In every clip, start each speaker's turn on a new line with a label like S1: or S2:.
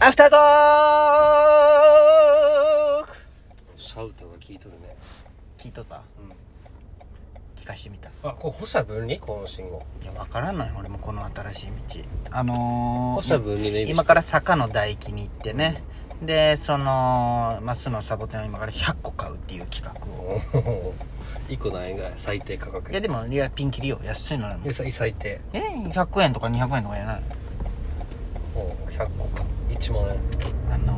S1: アフタートーク
S2: シャウトが効いとるね
S1: 聞いとった、聞かしてみたい
S2: あこれ歩者分離この信号
S1: や分からんのよ俺もこの新しい道あの
S2: 歩者分離の意味
S1: 今 から坂の台木に行ってねでそのまっすのサボテンを今から100個買うっていう企画を
S2: 1個何円ぐらい最低価格
S1: いやでもいやピンキリよ安いのなの
S2: でさ最低
S1: え100円とか200円とかじゃない
S2: おう100個か1万円
S1: あの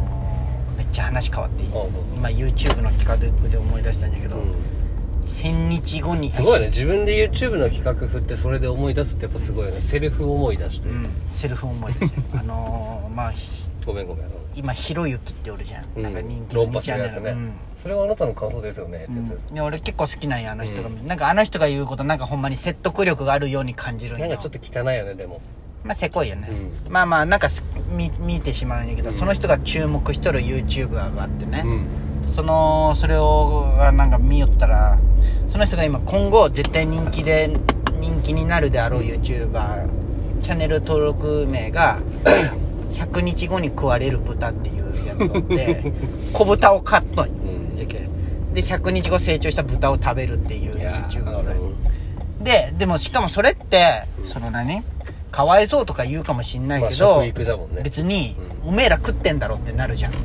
S1: ー、めっちゃ話変わっていい
S2: あどうぞ
S1: 今 YouTube の企画で思い出したんだけど、
S2: うん
S1: 1000日後に
S2: すごいね自分で YouTube の企画振ってそれで思い出すってやっぱすごいよねセルフ思い出して、
S1: うんセルフ思いです よあのー、まあひ
S2: ごめんごめんあの
S1: 今ひろゆきっておるじゃん、
S2: うん
S1: なんか人気の
S2: 論破するやつね、
S1: うん
S2: それはあなたの感想ですよねってやつ、
S1: うんで俺結構好きなんやあの人が、
S2: うん
S1: なんかあの人が言うことなんかほんまに説得力があるように感じるん
S2: な
S1: よ
S2: んかちょっと汚いよねでも
S1: まあせこいよね、
S2: う
S1: まあまあなんかす見見てしまうんやけど、
S2: うん
S1: その人が注目しとる YouTuber があってね、
S2: ん
S1: そのそれをあなんか見よったらその人が今今後絶対人気で人気になるであろう YouTuber チャンネル登録名 が100日後に食われる豚っていうやつがあって小豚を買っとん
S2: うん
S1: じゃけで100日後成長した豚を食べるっていう
S2: いやー
S1: YouTuber
S2: あの
S1: ででもしかもそれってその何かわいそうとか言うかもしんない
S2: まあ
S1: けど、
S2: 食育じゃもんね
S1: 別に、おめえら食ってんだろってなるじゃん、
S2: うん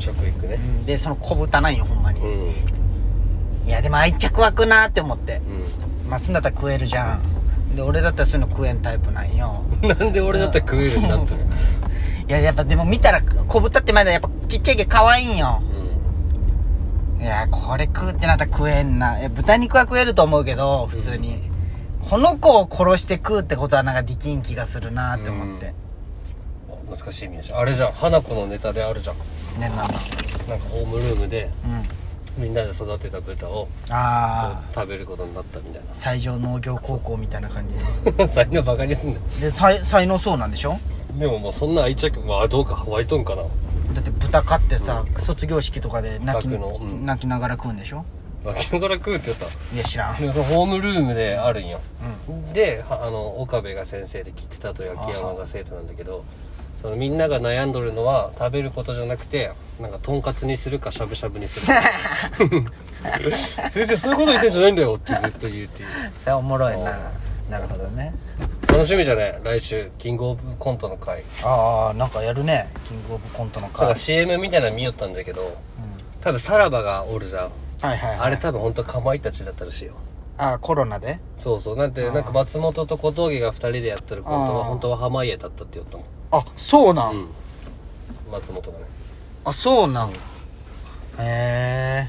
S2: 食育ね
S1: でその小豚なんよほんまに、
S2: うんうん
S1: いやでも愛着湧くなって思って松だったら食えるじゃんで俺だったらそういうの食えんタイプなんよ
S2: なんで俺だったら食えるんだってる
S1: いややっぱでも見たら小豚ってまだやっぱちっちゃいけど可愛いんよいやこれ食うってなったら食えんないや豚肉は食えると思うけど普通に、この子を殺して食うってことはなんかできん気がするなって思って、
S2: うん難しい見えしあれじゃん花子のネタであるじゃん
S1: ねなんか
S2: なんかホームルームで
S1: うん
S2: みんなで育てた豚を
S1: ああ
S2: 食べることになったみたい
S1: 最上農業高校みたいな感じ
S2: な 才能バカにすんね
S1: でで才才能そうなんでしょ
S2: でももうそんな愛着まあどうか湧いとんかな
S1: だって豚飼ってさ、卒業式とかで泣き,、
S2: 学のうん
S1: 泣きながら食うんでしょ
S2: 泣きながら食うって言った
S1: いや知らん
S2: でもそのホームルームであるんよ、ではあの岡部が先生で菊田と焼山が生徒なんだけどそのみんなが悩んどるのは食べることじゃなくてなんかとんかつにするかしゃぶしゃぶに するか先生そういうこと言ってんじゃないんだよってずっと言うっていう
S1: それおもろいな
S2: あ
S1: なるほどね
S2: 楽しみじゃない来週キングオブコントの回
S1: ああなんかやるねキングオブコントの
S2: なん
S1: 回、う
S2: か
S1: ん
S2: CM みたいなの見よったんだけど多分さらばがおるじゃん
S1: はいはい、はい、
S2: あれ多分本当かまいたちだったらしいよ
S1: あーコロナで
S2: そうそうなんてなんか松本と小峠が2人でやってるコントは
S1: あー
S2: 本当は濱家だったって言ったもん
S1: あそうなん、
S2: うん松本がね
S1: あそうなんへえ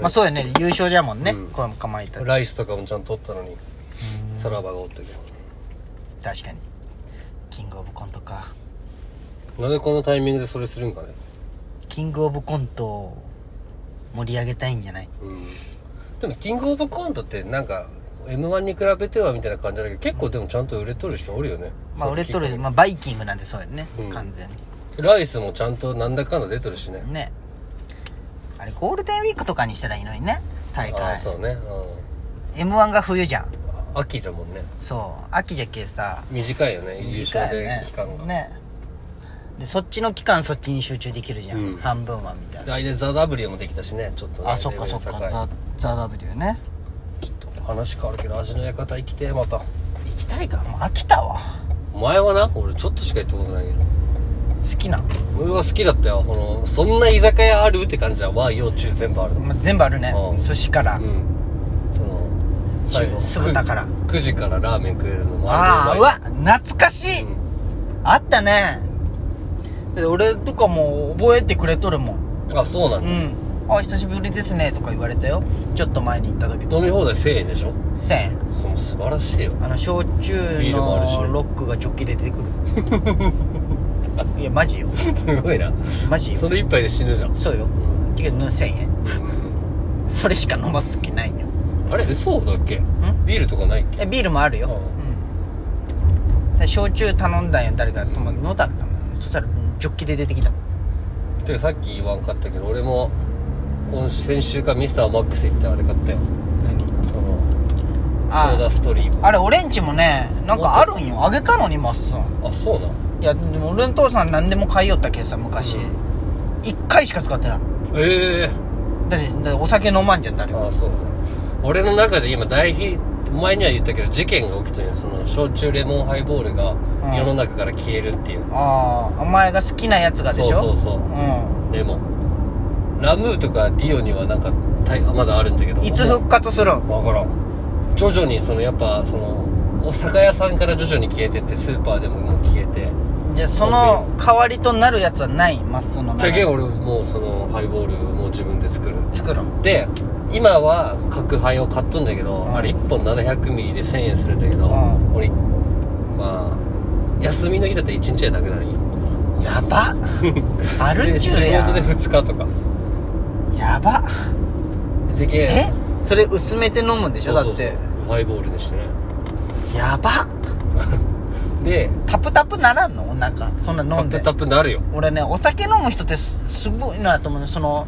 S1: まあそうやね優勝じゃもんね、
S2: うん
S1: このかまいたち
S2: ライスとかもちゃんと取ったのにさらばがおったけど
S1: 確かにキングオブコントか
S2: なんでこのタイミングでそれするんかね
S1: キングオブコントを盛り上げたいんじゃない
S2: うんでもキングオブコントってなんか m 1に比べてはみたいな感じだけど結構でもちゃんと売れとる人おるよね
S1: まあ
S2: そう
S1: 売れと
S2: 聞
S1: る、
S2: い
S1: まあ、バイキングなんてそうやね、
S2: うん
S1: 完全に
S2: たライスもちゃんとなんだかんだ出とるしね
S1: ねあれゴールデンウィークとかにしたらいいのにね大
S2: ああ
S1: 会
S2: そうね
S1: m 1が冬じゃん
S2: うん秋じゃもんね
S1: そう秋じゃけさ
S2: 短いよね優
S1: 短
S2: 勝
S1: いよ
S2: で
S1: ね
S2: 期間が、
S1: ねでそっちの期間そっちに集中できるじゃん、
S2: うん
S1: 半分はみたい
S2: で
S1: な
S2: あれでザ・ W もできたしねちょっとね
S1: あそっかそっ
S2: レ
S1: か
S2: ベル高い
S1: ザ・ザ・ W ね
S2: ちょっと話変わるけど味の館行きてえまた
S1: 行きたいからもう飽きたわ
S2: お前はな俺ちょっとしか行ったことないけど
S1: 好きな、
S2: 俺は好きだったよこのそんな居酒屋あるって感じじゃん和洋中全部あるの
S1: まあ、全部あるね
S2: うん
S1: 寿司から、
S2: うんその最後
S1: 酢豚から
S2: 9時からラーメン食えるのも
S1: ああう
S2: れ
S1: わ懐かしい、
S2: でうまい
S1: あったねで俺とかもう覚えてくれとるもん
S2: うんあそうなん
S1: う
S2: だ、
S1: んあ久しぶりですねとか言われたよちょっと前に行った時と
S2: 飲み放題1000円でしょ
S1: 1000円
S2: その素晴らしいよ
S1: あの焼酎
S2: ビールもあるしね
S1: のロックがジョッキで出てくる いやマジよ
S2: すごいな
S1: マジよ
S2: それ一杯で死ぬじゃん
S1: そうよだけど1000円それしか飲ます気ないよ
S2: あれ嘘だっけビールとかないっ
S1: え
S2: け
S1: ビールもあるよ、
S2: ああ
S1: うんで焼酎頼んだんよ誰か友達飲んだんかなそしたらジョッキで出てきた
S2: てかさっき言わんかったけど俺も今先週かミスターマックス行ってあれ買ったよそのソ
S1: ああ
S2: ーダストリーム
S1: あれ俺んちもねなんかあるんよあげたのにまっすん
S2: あそうなん
S1: いやでも俺の父さん何でも買いよったけさ昔、
S2: うん
S1: 一回しか使ってない
S2: ええ
S1: だってだってお酒飲まんじゃん誰も
S2: ああそう俺の中で今大ヒ前には言ったけど事件が起きてるよその焼酎レモンハイボールが
S1: ん
S2: 世の中から消えるっていう、
S1: ああお前が好きなやつがでしょ
S2: そうそうそう
S1: う
S2: でもラムーとかディオにはなんかたいまだあるんだけど
S1: んいつ復活するん
S2: わからん徐々にそのやっぱそのお酒屋さんから徐々に消えてってスーパーでももう消えて
S1: じゃあその代わりとなるやつはないまっすーの
S2: じ
S1: 中
S2: ゃあけ
S1: で
S2: ん俺もうそのハイボールもう自分で作る
S1: 作るん
S2: で今は角杯を買っとんだけど、
S1: うん
S2: あれ1本700ミリで1000円するんだけど、
S1: うん
S2: 俺まあ休みの日だったら1日でなくなるよ
S1: や ばあるっ
S2: で
S1: ち
S2: 仕
S1: ゅう
S2: 事で
S1: やん
S2: 2日とか
S1: やば
S2: でけ
S1: えそれ薄めて飲むんでしょだ
S2: そう
S1: っ
S2: そう
S1: て
S2: そうハイボールにしてね
S1: やば
S2: で
S1: タプタプならんのお腹そんな
S2: タ
S1: 飲ん
S2: ッ
S1: で
S2: プタップなるよ
S1: 俺ねお酒飲む人ってすすごいなと思うのその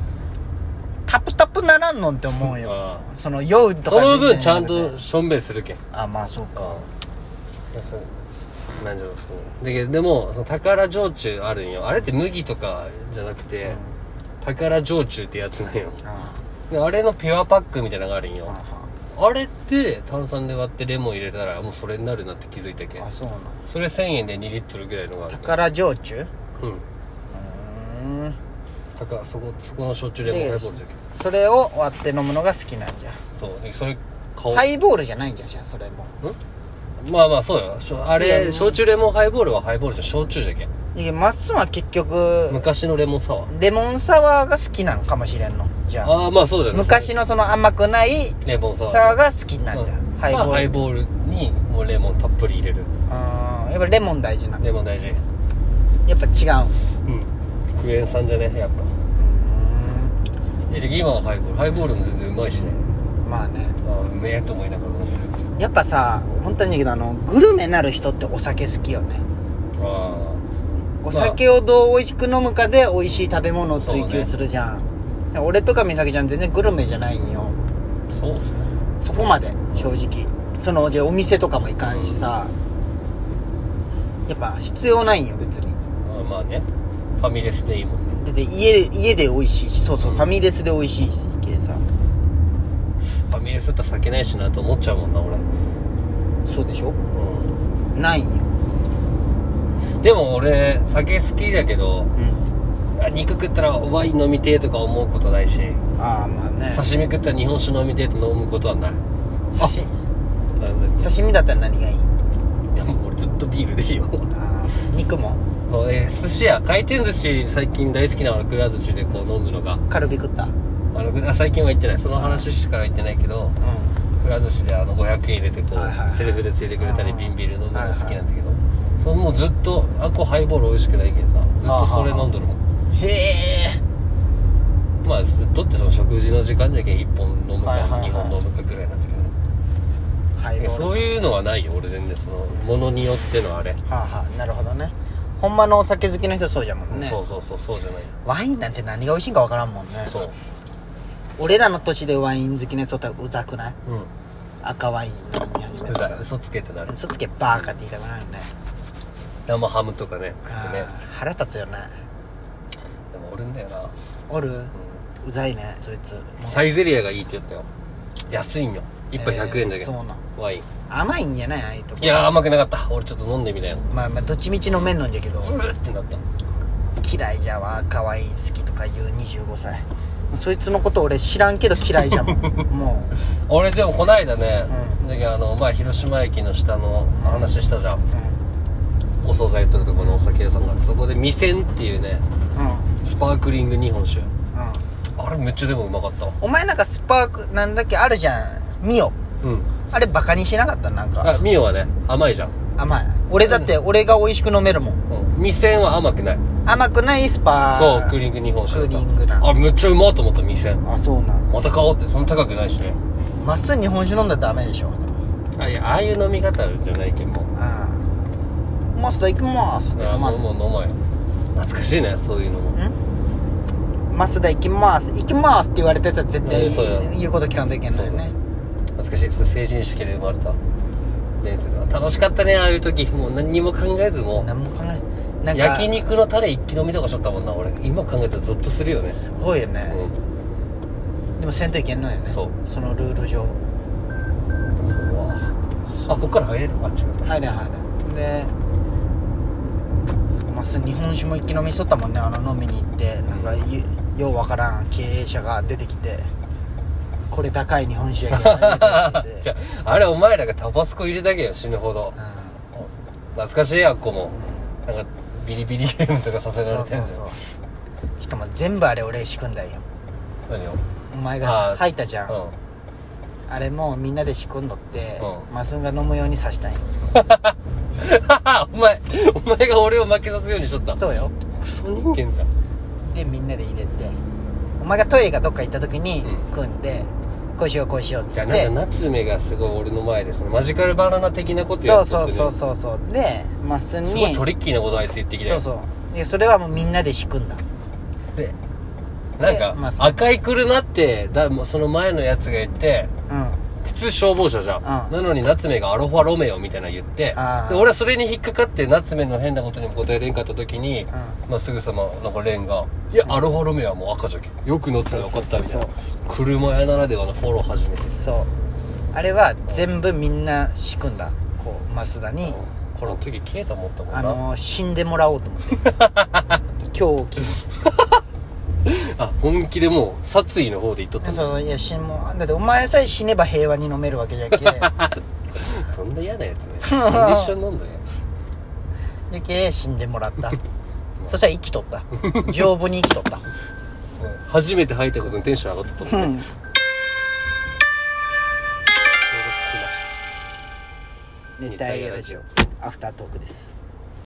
S1: タプタプならんのって思うよ
S2: あ
S1: その酔う
S2: あ
S1: とか
S2: その分
S1: 全然
S2: ちゃん
S1: なく
S2: と
S1: て
S2: しょんべんするけん
S1: あまあそうか
S2: ああそうなんじゃろうだけどでもその宝焼酎あるんよあれって麦とかじゃなくて、宝焼酎ってやつなんよ
S1: あ
S2: であれのピュアパックみたいなのがあるんよ
S1: あ
S2: あれって炭酸で割ってレモン入れたらもうそれになるなって気づいたけん
S1: あそうなの
S2: それ1000円で2リットルぐらいのがあるけん
S1: 宝焼酎う
S2: うん
S1: ーん
S2: 高そこそこの焼酎レモンハイボールだけ
S1: それを割って飲むのが好きなんじゃ
S2: どそうでそれ顔
S1: ハイボールじゃないんじゃんじゃあそれも
S2: まあまあそうよしょあ
S1: いやい
S2: れ
S1: や
S2: 焼酎レモンハイボールはハイボールじゃん焼酎じゃけん
S1: いやまっすんは結局
S2: 昔のレモンサワー
S1: レモンサワーが好きなのかもしれんのじゃあ
S2: ああまあそうじゃない
S1: 昔のその甘くない
S2: レモンサワ
S1: サ
S2: ー
S1: ワーが好きなんじゃ
S2: うんん
S1: ハイボ
S2: まあハイ
S1: ール
S2: ボールにもうレモンたっぷり入れる
S1: あーやっぱレモン大事な
S2: レモン大事
S1: やっぱ違う
S2: うんクエン酸じゃねやっぱえじゃあ今はハイボールハイボールも全然うまいしね
S1: まあね
S2: ああうめえと思いながら飲んでる
S1: やっぱさ本当にだけどあのグルメなる人ってお酒好きよね
S2: あ
S1: お酒をどう美味しく飲むかで美味しい食べ物を追求するじゃん、俺とか美咲ちゃん全然グルメじゃないんよ
S2: あそうですね
S1: そこまで正直そのじゃあお店とかも行かんしさやっぱ必要ないんよ別に
S2: ああまあねファミレスでいいもんね
S1: だって家家で美味しいしそうそう、
S2: うん
S1: ファミレスで美味しい系さ
S2: ファミレスだったら酒ないしなと思っちゃうもんな俺
S1: そうでしょ
S2: う
S1: ないんよ、
S2: んでも俺酒好きだけどあ肉食ったらワイン飲みてえとか思うことないし
S1: ああまあね
S2: 刺身食ったら日本酒飲みてえと飲むことはない
S1: 刺し
S2: なんだ
S1: 刺身だったら何がいい
S2: でも俺ずっとビールでいいよ
S1: あー肉も
S2: そうえー寿司屋回転寿司最近大好きなのくら寿司でこう飲むのが
S1: カルビ食ったうん
S2: あのあ最近は行ってないその話しか行ってないけどくら寿司であの500円入れてこう、
S1: はいはいはい
S2: セルフでついてくれたり瓶ビール飲むのが好きなんだけど、
S1: は
S2: そのもうずっとあこうハイボール美味しくないけどさずっとそれ飲んどるもん
S1: へえ
S2: まあずっとってその食事の時間だけ1本飲むか、
S1: はいはいはい
S2: 2本飲むかぐらいなんだけどね
S1: ハイボール
S2: そういうのはないよ俺全然そのものによってのあれ、
S1: はあはあなるほどねほんまのお酒好きの人そうじゃもんね
S2: そうそうそうそうじゃないよ
S1: ワインなんて何が美味しいんかわからんもんね
S2: そう
S1: 俺らの年でワイン好きの人とはうざくない
S2: うん
S1: 赤ワイン飲み始め
S2: う
S1: た
S2: ざい
S1: ら
S2: 嘘つけてなる
S1: 嘘つけバーカって言いたくなるよね
S2: 生ハムとかね食って
S1: あ
S2: ね
S1: ー腹立つよね
S2: でもおるんだよな、
S1: おるうざいねそいつ
S2: サイゼリアがいいって言ったよ安いんよ1杯100円だ
S1: え
S2: け
S1: ー
S2: ど、
S1: そうなん
S2: ワイン
S1: 甘いんじゃないああいうとこ
S2: いやー甘くなかった俺ちょっと飲んでみたよ
S1: まあまあどっちみち飲めんのんじゃけど
S2: うーってなった
S1: 嫌いじゃわ可愛い好きとか言う25歳そいつのこと俺知らんけど嫌いじゃも んも
S2: 俺でもこないだね、
S1: う
S2: だけどあの前広島駅の下の話したじゃ
S1: う
S2: ん
S1: う
S2: お惣菜取るとこのお酒屋さんがあるそこで「味仙」っていうね
S1: んうんうん
S2: スパークリング日本酒あれめっちゃでもうまかったわ
S1: お前なんかスパークなんだっけあるじゃんミオ
S2: うん
S1: あれバカにしなかったなんか
S2: あミオはね甘いじゃん
S1: 甘い俺だって俺が美味しく飲めるもん
S2: うん味仙は甘くない
S1: 甘くないスパ
S2: そうクーリング日本酒だった
S1: クーリングだ
S2: あめっちゃうまっと思った味仙
S1: あそうなん
S2: また買おうってそんな高くないしね
S1: まっすぐ日本酒飲んだらダメでしょ
S2: あいやああいう飲み方じゃないけども
S1: ああマスター行きますって
S2: あ
S1: ま
S2: もうもう飲もうよ懐かしいねそういうのも
S1: マスダ行きます行きますって言われたやつは絶対
S2: うんそうだよ
S1: 言うこと聞かんといけないよね
S2: 懐かしいそれ成人式で生まれた伝説楽しかったねああいう時もう何にも考えずも
S1: 何も考えなんか
S2: 焼肉のタレ一気飲みとかしとったもんな俺今考えたらゾッとするよね
S1: すごいよね、
S2: う
S1: でもせんといけんのよね
S2: そう
S1: のルール上
S2: んうわあここから入れるあ違った
S1: 入れん入れんでまあ、す日本酒も一気飲みしとったもんねあの飲みに行ってなんかゆようわからん経営者が出てきてこれ高い日本酒やけどね
S2: じゃああれお前らがタバスコ入れたけよ死ぬほど懐かしいやっこもなんかビリビリゲームとかさ
S1: う
S2: せ
S1: ん、
S2: ら
S1: そ
S2: れ
S1: う
S2: て
S1: そ
S2: ん
S1: う
S2: の
S1: そうしかも全部あれ俺仕組んだんよ
S2: 何を
S1: お前がさ
S2: あー
S1: 入ったじゃん、
S2: うん
S1: あれもうみんなで仕組んどって、
S2: うん
S1: マスンが飲むようにさしたんよ
S2: お前お前が俺を負けさすようにしとった
S1: そうよ
S2: クソ人間だ
S1: でみんなで入れてお前がトイレかどっか行った時に
S2: うん
S1: 組んで、こうしようこうしようっつ
S2: じゃ
S1: っ
S2: あ
S1: て
S2: なんか夏目がすごい俺の前ですねマジカルバナナ的なこと
S1: そ
S2: や
S1: う
S2: っと
S1: そう
S2: ってね
S1: そうそうそうでまっすん
S2: すごい
S1: に
S2: トリッキーなことあいつ言ってきた
S1: そ
S2: よ
S1: うそうでそれはもうみんなで仕組んだ
S2: でなん
S1: でまあ
S2: か
S1: そう
S2: 赤い車ってだもうその前のやつが言って
S1: うんあ
S2: 普通消防車じゃん、
S1: う
S2: なのに夏目がアロファロメオみたいなの言って
S1: あー
S2: で俺はそれに引っかかって夏目の変なことにも答えれんかった時に、まあ、すぐさまなんかレンが「いやアロファロメオはもう赤じゃけよく乗ってたらよかった」みたい
S1: そうそう
S2: な
S1: そう
S2: 車屋ならではのフォロー始めて
S1: そうあれは全部みんな仕組んだこう増田に
S2: この時消えたもったもんな
S1: あのー死んでもらおうと思って 今日起きる
S2: あ本気でもう殺意の方で言っとった
S1: そう
S2: もん
S1: そういや死んもだってお前さえ死ねば平和に飲めるわけじゃけ
S2: どんな嫌なやつねなんで一緒に飲んだよ
S1: やけ死んでもらったそしたら生きとった丈夫に生きとっ た
S2: 初めて入ったことにテンション上がっとったもん
S1: うん
S2: ちょうど着きました
S1: 熱帯夜ラジオアフタートークです